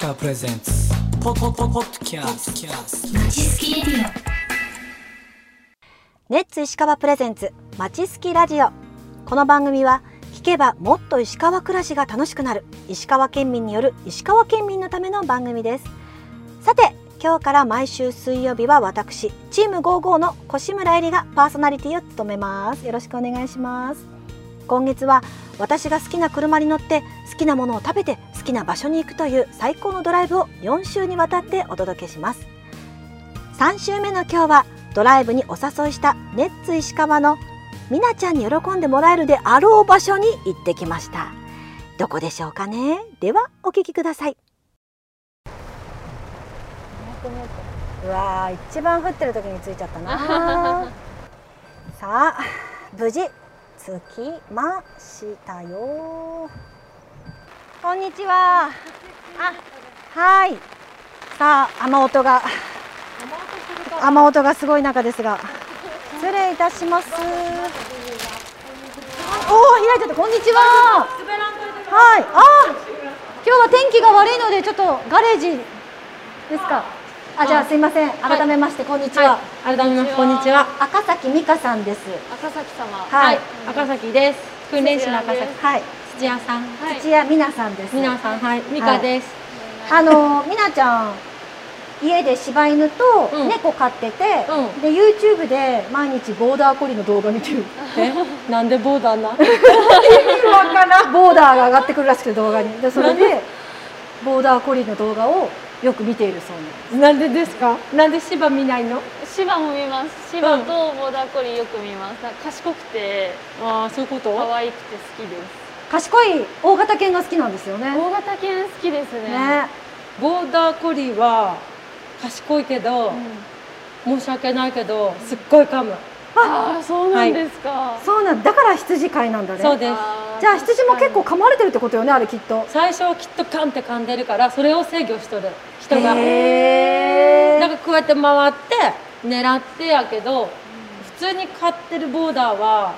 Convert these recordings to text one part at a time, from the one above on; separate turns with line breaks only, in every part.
カープレゼンツポポポポッドキャスト
ちすきレディオ
ネッツ石川プレゼンツまちすきラジオこの番組は聞けばもっと石川暮らしが楽しくなる石川県民による石川県民のための番組ですさて今日から毎週水曜日は私チーム55の越村恵里がパーソナリティを務めますよろしくお願いします今月は私が好きな車に乗って好きなものを食べて好きな場所に行くという最高のドライブを4週にわたってお届けします3週目の今日はドライブにお誘いしたネッツ石川のみなちゃんに喜んでもらえるであろう場所に行ってきましたどこでしょうかねではお聞きくださいうわー一番降ってる時に着いちゃったなさあ無事着きましたよこんにちはあはいさあ雨音が雨音がすごい中ですが失礼いたしますおおー開いちゃったこんにちははいあー今日は天気が悪いのでちょっとガレージですかあじゃあすいません改めましてこんにちは、
改めましてこんにちは。
赤崎美香さんです
赤崎様。
はい
赤崎です。訓練士の赤崎。
はい
土屋さん。はい。
土屋美奈さんです
みなさん、はい。みかです。
あの美奈ちゃん家で柴犬と
うん
猫飼ってて、
うん
で YouTube で毎日ボーダーコリの動画見てる
え、 なんでボーダーな。
ボーダーが上がってくるらしくて動画にでそれでボーダーコリの動画をよく見ているそうなん です
なんでですか。なんで芝見ないの。
芝も見ます芝とボーダーコリーよく見ますなんか賢くて
ああ、そういうこと。
可愛くて好きです
賢い大型犬が好きなんですよねね
大型犬好きですね
ボーダーコリーは賢いけど、申し訳ないけど、すっごい噛む。
ああそうなんですか、
そうなんだから羊飼いなんだね
そうです。
じゃあ羊も結構噛まれてるってことよねあれきっと
最初はきっと噛んって噛んでるから、それを制御しとる人が。
へ
なんかこうやって回って狙ってやけど、普通に飼ってるボーダーは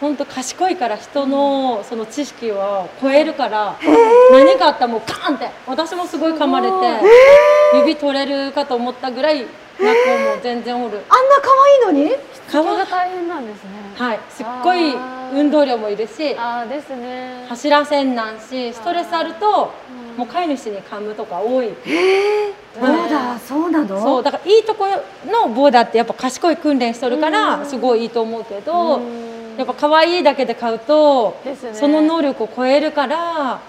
本当賢いから人のその知識を超えるから、何があったらもうカーンって私もすごい噛まれて、指取れるかと思ったぐらい泣くも全然おる
あんな可愛いのに
か
人
わ
が大変なんですね
はいすっごい運動量もいるし
ああですね
走らせんなんしストレスあるともう飼い主に噛むとか多い
ボーダーそうなの
そうだからいいとこのボーダーってやっぱ賢い訓練しとるからすごいいいと思うけどやっぱ可愛いだけで買うと、
ですね
その能力を超えるから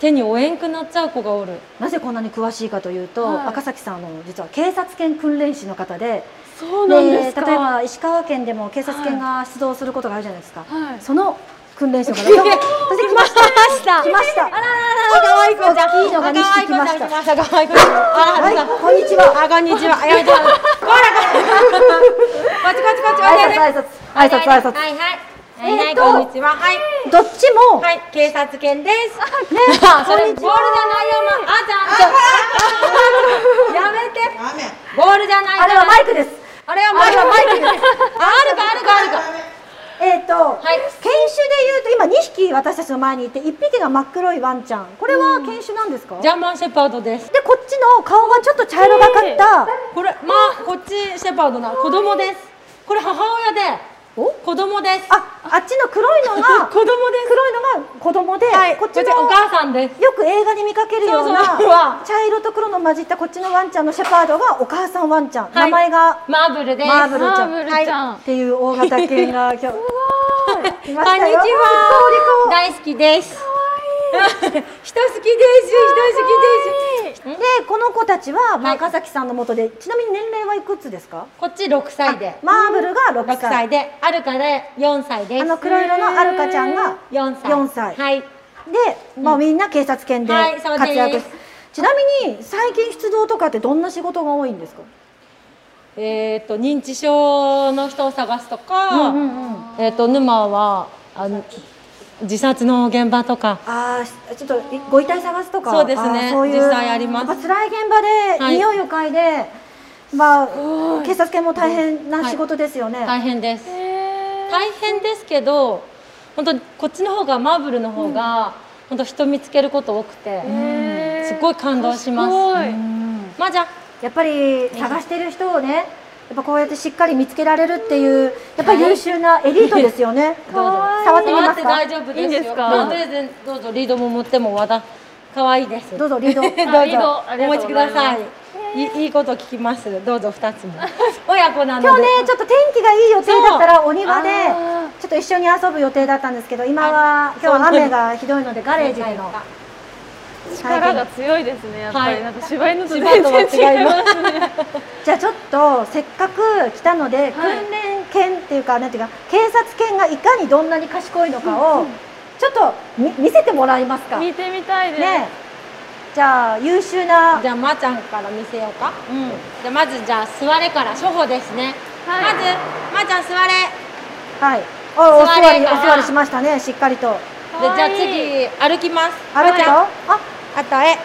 手に負えんくなっちゃう子がおる
なぜこんなに詳しいかというと、
はい
赤崎さんあの実は警察犬訓練士の方で
そうなんですか、
で例えば石川県でも警察犬が出動することがあるじゃないですか、
はい
その訓練士の方今日私来ました来ました可愛い子ちゃんいいのが2匹来ました
可愛い子ちゃんあら
はい
あら
こんにちは
あこんにちはあやめてこらこらこっちこっちこっちおいでおいで
挨拶挨拶挨拶挨拶
はいはいは
えー
いはいこ
と
んにちははい
どっちも、
はい警察犬です
ね
それボ
こんに
ール
ち
じゃ
は
ないよまあちゃんとやめてボールじゃない
あれはマイクです
あれはマイクあれはマイクあるかあるかあるか
えっ、と、
い
犬種でいうと今2匹私たちの前にいて1匹が真っ黒いワンちゃんこれは犬種なんですか
ジャーマンシェパードです。
でこっちの顔がちょっと茶色がかった、
これ、まあ、こっちシェパードな、子供です。これ母親で、
お
子供です。
ああっちの黒 いのが
子供です
黒いのが子供で、
はい、
こ
こ
っ
っ
ち
ち
の
お母さんです。
よく映画で見かけるよう
そうそうう
な
わ
茶色と黒の混じったこっちのワンちゃんのシェパードがお母さんワンちゃん、
はい
名前が
マーブルです。
マーブルちゃん
マーブルちゃん
はいっていう大型犬が
こんに
今日いました
ち
よ
は。
おー
大好きです。 人好きです。人好きです。
でこの子たちはまあ赤崎さんのもとでちなみに年齢はいくつですか
こっち六歳で。
マーブルが6
六
歳
歳で、アルカで四歳です。
あの黒色のアルカちゃんが
四歳。
四歳
はい。
で、まあ、みんな警察犬で
はいそうです
活躍しちなみに最近出動とかってどんな仕事が多いんですか
えっと認知症の人を探すとか、えっと沼はあの自殺の現場とか
ああちょっとご遺体探すとか
そうですね
あーそういう
実際あります
やっぱ辛い現場で、
はい
匂いを嗅いでまあ警察犬も大変な仕事ですよね、
大変です、大変ですけど本当にこっちの方がマーブルの方が、本当人見つけること多くて、
へー
すごい感動します
ごい
うん
まあじゃあ
やっぱり探してる人をね、やっぱこうやってしっかり見つけられるっていう、やっぱり優秀なエリートですよね。
どうぞ
触ってみますか。
大丈夫ですよ
いいんですか
まあ全然どうぞリードも持っても和田可愛いです
どうぞリード。どう
あリー
ぞ。
ドあり
お
が
持
と
ち
う
く
ござ
だ
い
さ
ます
いいいいこと聞きますどうぞ二つも 親子なので
今日ね、ちょっと天気がいい予定だったらお庭で
あ
ちょっと一緒に遊ぶ予定だったんですけど、今は今日は雨がひどいのでガレージでの。
力が強いですねやっぱ
は
り
い
なんか柴犬と
柴とは
全然違
違
い
い
ま
ます
ね
じゃあちょっとせっかく来たので、
はい
訓練犬っていうかなんていうか警察犬がいかにどんなに賢いのかをちょっと見見せてもらえますか。ね
見てみたいです、
え、じゃあ優秀な
じゃあまーちゃんから見せようか
うん
じゃあまずじゃあ座れから初歩ですね、
はい
まずまーちゃん座れ
はい。おお
座
座
れ
りお
から
座りしましたね。しっかりと
でじゃあ
可愛い
次歩きます
歩
ま
く
ーち
と
ゃん
あ
後へ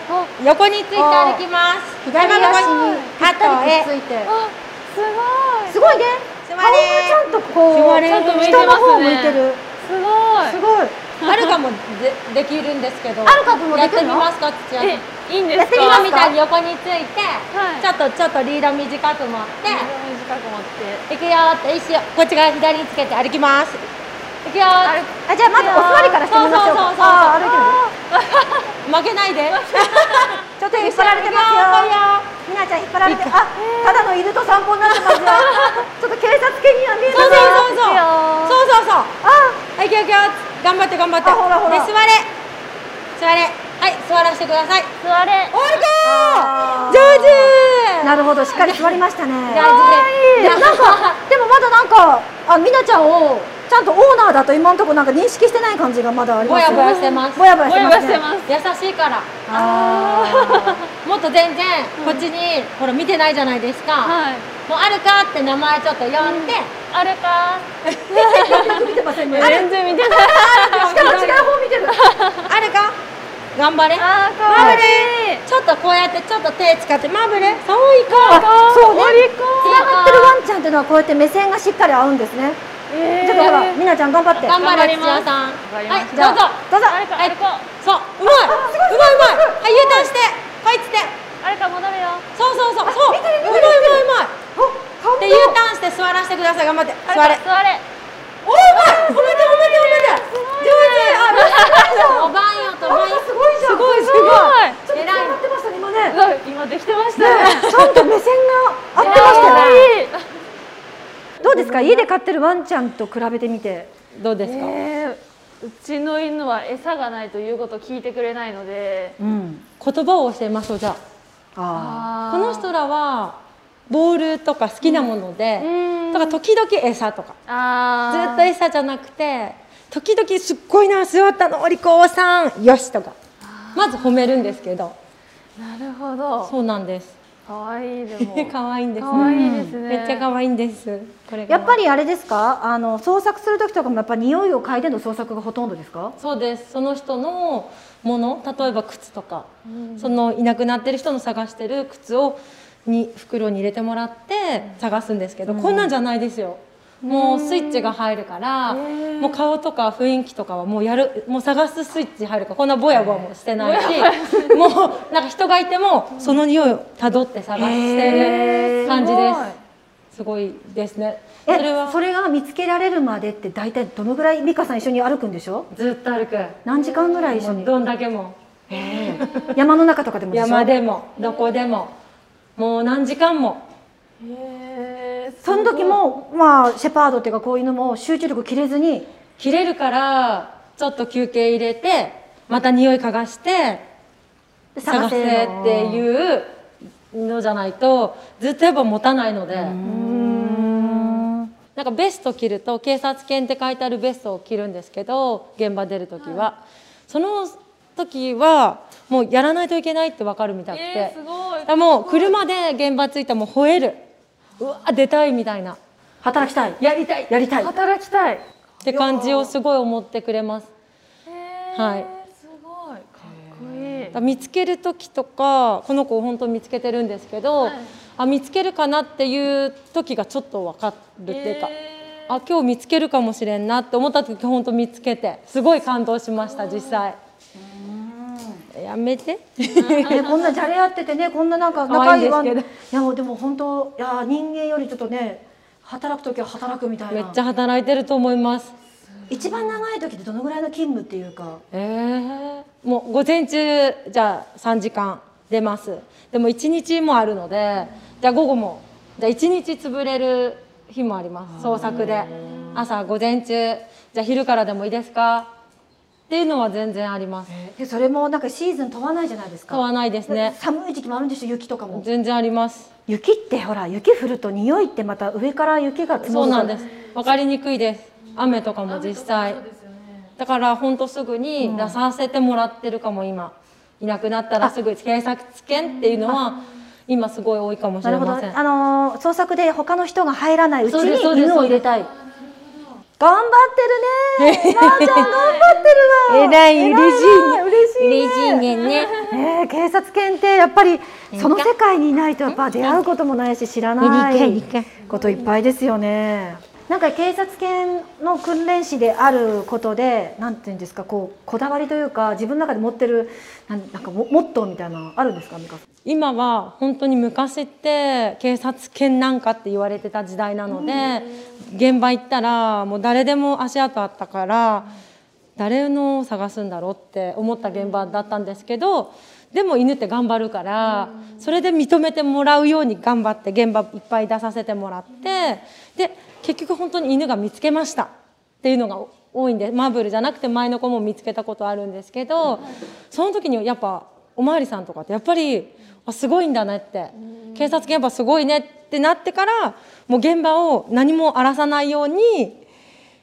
お
横について歩きます
左足にぴったりく
後へ
っついて。
あすごい
すごいね。
座
顔がちゃんとこ
座
う
れ
ちゃんと向いて
人
ま
の
す
方向い
ね
てる。
すごい
すごい。
アルカもでできるんですけど
アルカ君もできるの
やってみますか土屋さん
え、いいんですか
やっ
今み
てみます
たいに横について、
はい
ちょっとちょっとリード短く持っ
ね
て、
短く持って
いくよーって一緒こっち側左につけて歩きますいくよーって
あじゃあまずお座りからしてみましょ
そうそう
う
そうそう
か。ああ歩いてる。
負けないで
ちょっと引っ張られてますよ。ひなちゃん引っ張られて、あ、ただの犬と散歩になってま すよ。ちょっと警察犬には見え
そうそう
ない。
そうそうそうそうそうはいいくよいくよ頑張って頑張って
あほらほ
で
ら
座れ座れはい座らせてください
座れ
オール
あ
カー上
あ
手
なるほど、しっかり座りましたね。
大事
いやなんか、でもまだなんか、あ、みなちゃんを。ちゃんとオーナーだと今のところなんか認識してない感じがまだあり
ぼ
ます
や
ね。
ぼやしてます
ぼやぼやして
声
ま
は
す、
し
ね
て。ます
優しいから
あ
もっと全然こっちに、ほら見てないじゃないですか、
はい
もうあるかって名前ちょっと呼んで、
あれか
ーよく見てませんね。しか
全然見てない
も違う方見てる。
あるか頑張れ
あーか
マ
わ
ブ
いい
ルちょっとこうやってちょっと手使ってマブルそういこう
あ、そうね。
お
繋がってるワンちゃんっていうのはこうやって目線がしっかり合うんですね。
えー
ちょっとほら、みなちゃん頑張って。
頑張れ
頑張り
土
ます
屋さん
頑張りま
は
す
い
じゃあ
どうぞ
どうぞ。
あれかあれか
そううまいうまいうまいはい U ターンしてこいつって
あれか戻れよ
そうそうそうそううま
見てる見て
い
る
うまいうまい
お、顔
で U ターンして座らせてください頑張って座
あか
れ
座れ
おーうまい褒めて褒めて褒めて上手あおばんよとおば んよ
すごいじゃん。すごいす
す
ちょっと頑張ってましたね今ね。ね
ごいすごい今できてましたね
ちゃんと目線が合ってましたね。どうですか家で飼ってるワンちゃんと比べてみて。
どうですか、
えーうちの犬は餌がないということを聞いてくれないので
うん。
言葉を教えましょうじゃあ
あ
あ
この人らはボールとか好きなもので、とか時々餌とかず
あ
っと餌じゃなくて時々すっごいな座ったのお利口さんよしとかまず褒めるんですけど
となるほど
そうなんです
可愛いでも
可愛いんです
可愛いですね
めっちゃ可愛いんですこれ
ーやっぱ
り
りあれですか。あの捜索する時とかもやっぱ匂いを嗅いでの捜索がほとんどですか。
そうですその人のもの例えば靴とか、そのいなくなってる人の探してる靴をに袋に入れてもらって探すんですけど、こんなんじゃないですよもうスイッチが入るから、もう顔とか雰囲気とかはもうやるもう探すスイッチ入るからこんなぼやぼやもしてないし、 もうなんか人がいてもその匂いをたどって探してる感じですすごいですねそ
え
れは
それが見つけられるまでって大体どのぐらい美香さん一緒に歩くんでしょ
ずっと歩く
何時間ぐらい一緒
もう
に
どんだけも。
山の中とかでもでしょ
山でもどこでももう何時間も
へー
その時もまあシェパードっていうかこういうのも集中力切れずに
切れるからちょっと休憩入れてまた匂い嗅がして探せって
う
いうのじゃないとずっとやっぱ持たないのでなんかベスト着ると警察犬って書いてあるベストを着るんですけど現場出る時は、その時はもうやらないといけないって分かるみたくて、
えーすごい
だからもう車で現場着いたらもう吠えるうわ出たいみたいな。
働きたい
やりたい
やりたい
働きたい
って感じをすごい思ってくれます。
へー
はい
すごいかっこいい
だから見つける時とかこの子を本当見つけてるんですけど、
はい
あ見つけるかなっていう時がちょっと分かるっていうか、
へー
あ今日見つけるかもしれんなって思った時本当見つけてすごい感動しました実際。いややめて
ね、こんなじゃれ合っててねこんななんか仲いいわ
可愛いん
い
です
やもうでも本当いや人間よりちょっとね働く時は働くみたい
めっ
な
ちゃ働いてると思います
一番長い時ってどのぐらいの勤務っていうか
えー、もう午前中じゃあ3時間出ますでも1日もあるのでじゃあ午後もじゃあ1日潰れる日もあります創作で朝午前中じゃあ昼からでもいいですかっていうのは全然あります
でそれもなんかシーズン問わないじゃないですか
買わないですね
寒い時期もあるんでしょ雪とかも
全然あります
雪ってほら雪降ると匂いってまた上から雪が積
そ
も
う
るか
な
ら
んです分かりにくいです雨とかも実際だからほんとすぐに出させてもらってるかも今、いなくなったらすぐ検索つけんっていうのは今すごい多いかもし
な
れ
るほど
ません
あのー創作で他の人が入らないうち
そうですそう
に
です
犬を入れたい頑張って るねまーちゃん頑張ってるわ
えらい
え
嬉しい
わ嬉しい
ね
ね
ね
ねえ警察犬ってやっぱりその世界にいないとやっぱ出会うこともないし知らな
理解
い
理解
こといっぱいですよね。なんか警察犬の訓練士であることでなんていうんですかこうこだわりというか自分の中で持ってるなんなんかモモットーみたいなのあるんですか美香さん。
今は本当に昔って警察犬なんかって言われてた時代なので、現場行ったらもう誰でも足跡あったから、誰のを探すんだろうって思った現場だったんですけどでも犬って頑張るから、それで認めてもらうように頑張って現場いっぱい出させてもらってで結局本当に犬が見つけましたっていうのが多いんでマーブルじゃなくて前の子も見つけたことあるんですけどその時にやっぱおまわりさんとかってやっぱりあすごいんだねって警察現場すごいねってなってからもう現場を何も荒らさないように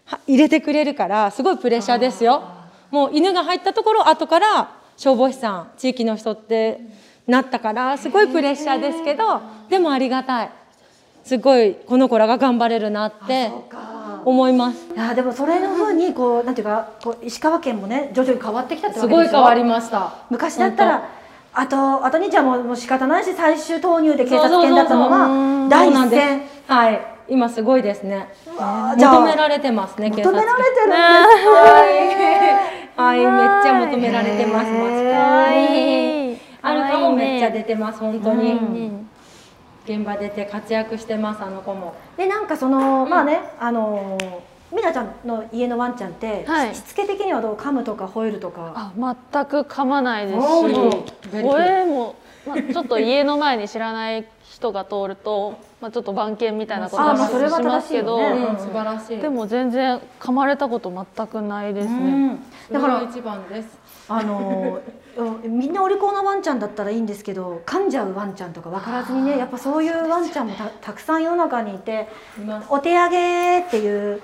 は入れてくれるからすごいプレッシャーですよもう犬が入ったところ後から消防士さん地域の人ってなったからすごいプレッシャーですけどでもありがたいすごいこの子らが頑張れるなって思います
いやでもそれの風にこうなんていうかこう石川県もね徐々に変わってきたって
す
わけで
ごい変わり
すよ。
ました
昔だったらあとあと兄ちゃんももう仕方ないし最終投入で警察犬だった
そうそうそう
の
う
が
ん
第一
そうなん
線
で。すはい今すごいですね
あーじゃあ
求められてますね警
求
察
められてるんですね
はい、めっちゃ求められてます。
へ
マス
ー
ク。あるかもめっちゃ出てます、本当に。
うん
現場出て活躍してます、あの子も。
でなんかその、まあねあのーみなちゃんの家のワンちゃんって、
はい
ししつけ的にはどう噛むとか吠えるとか
あ全く噛まないですし
おー
ベリー
声も、まあ、ちょっと家の前に知らない人が通ると、まあ、ちょっと番犬みたいなこと
あーまあ
し
それは
ますけど、
正しいよね
うん、素晴らしい。
で、も全然噛まれたこと全くないです
う
ね。
んだ
だ
か
からら一番です。
あのーうんみんなお利口なワンちゃんだったらいいんですけど噛んじゃうワンちゃんとか分からずにねやっぱそういうワンちゃんもたたくさん世の中にいて
います。
お手上げっていう、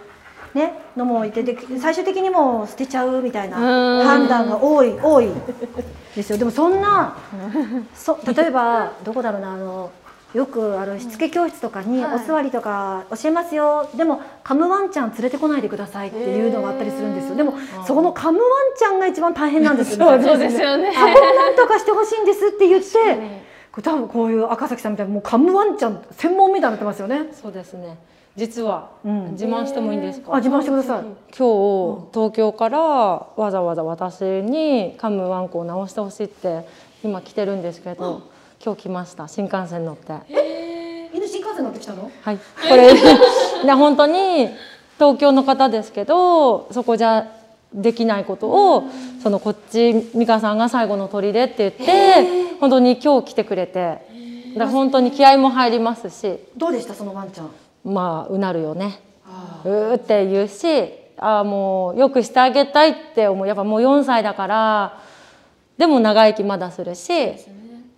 ね、のもいてで最終的にもう捨てちゃうみたいな
うん
判断が多い多いですよでもそんな そ例えばどこだろうなあのよくあのしつけ教室とかに
はい
お座りとか教えますよ、でもカムワンちゃん連れてこないでくださいっていうのがあったりするんですよでもそこのカムワンちゃんが一番大変なんですよみたいな
そうですよ ね。
あこれなんとかしてほしいんですって言ってこれ多分こういう赤崎さんみたいにもうカムワンちゃん専門みたいになってますよね。
そうですね。実は、
うん
自慢してもいいんです
あ
か。
自慢してください。
今日東京からわざわざ私に噛むワンコを直してほしいって今来てるんですけど、今日来ました新幹線乗って。
犬新幹線乗ってきたの？
はい、こ れで本当に東京の方ですけどそこじゃできないことをそのこっち美香さんが最後の砦って言って本当に今日来てくれてだから本当に気合も入りますし
どうでしたそのワンちゃん？
まあうなるよねうーって言うしああもうよくしてあげたいって思うやっぱもう4歳だからでも長生きまだするし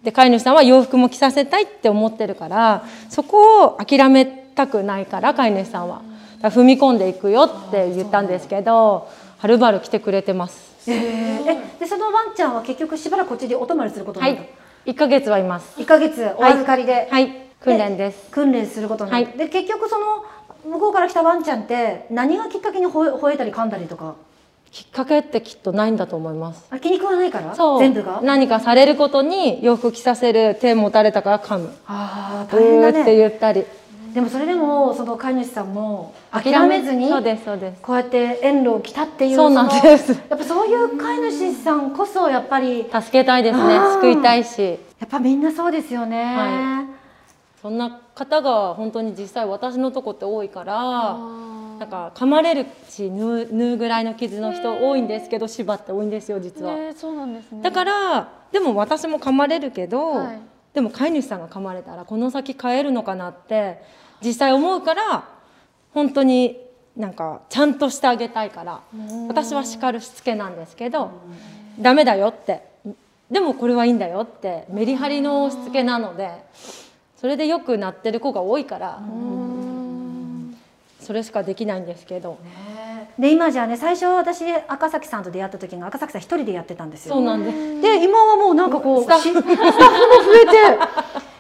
で飼い主さんは洋服も着させたいって思ってるからそこを諦めたくないから飼い主さんはだから踏み込んでいくよって言ったんですけどはるばる来てくれてます
ええでそのワンちゃんは結局しばらくこっちでお泊まりすることに
は
なった。
い1ヶ月はいます
1ヶ月お預かりで、
はい訓練です
訓練することになった。
は
で結局その向こうから来たワンちゃんって何がきっかけに吠え吠えたり噛んだりとか
きっかけってきっとないんだと思います
あ気に食わないから
そう
全部が
何かされることに洋服着させる手持たれたから噛む
あ
う
あ大変だ
ーって
ね
言ったり
でもそれでもその飼い主さんも諦めずに
そうですそうです
こうやって遠路を来たっていう
そうなん
の
です
やっぱそういう飼い主さんこそやっぱり
助けたいですね
あー
救いたいし
やっぱみんなそうですよね、
はそんな方が本当に実際私のとこって多いからなんか噛まれるし縫う縫うぐらいの傷の人多いんですけど芝って多いんですよ実は。
えそうなんですね
だからでも私も噛まれるけど、
はい
でも飼い主さんが噛まれたらこの先飼えるのかなって実際思うから本当になんかちゃんとしてあげたいから私は叱るしつけなんですけどダメだよってでもこれはいいんだよってメリハリのしつけなのでそれでよくなってる子が多いからそれしかできないんですけど
で今じゃあね最初私赤崎さんと出会った時が赤崎さん一人でやってたんですよ
そうなんです。
で今はもうなんかこう
スタッフ
しスタッフも増え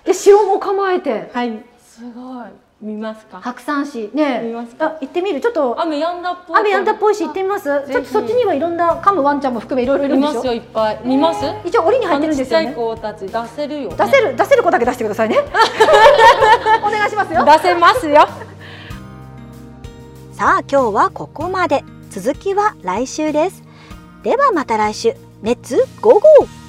てで塩も構えて
はいすごい見ますか
白山市ね
見ますか
あ行ってみるちょっと
雨やんだっぽい
雨やんだっぽいし行ってみます
ひ
ちょっとそっちにはいろんな噛むワンちゃんも含めいろいろいる
い
んで
ま
し
すよ
ょ
いっぱい見ます
一応檻に入
あ
って
の
るん
ち
で
っ
す
ちゃ
よ
い
ね
子たち出せるよね
出せる出せる子だけ出してください ねお願いしますよ
出せますよ
さあ今日はここまで続きは来週ですではまた来週レッツゴーゴー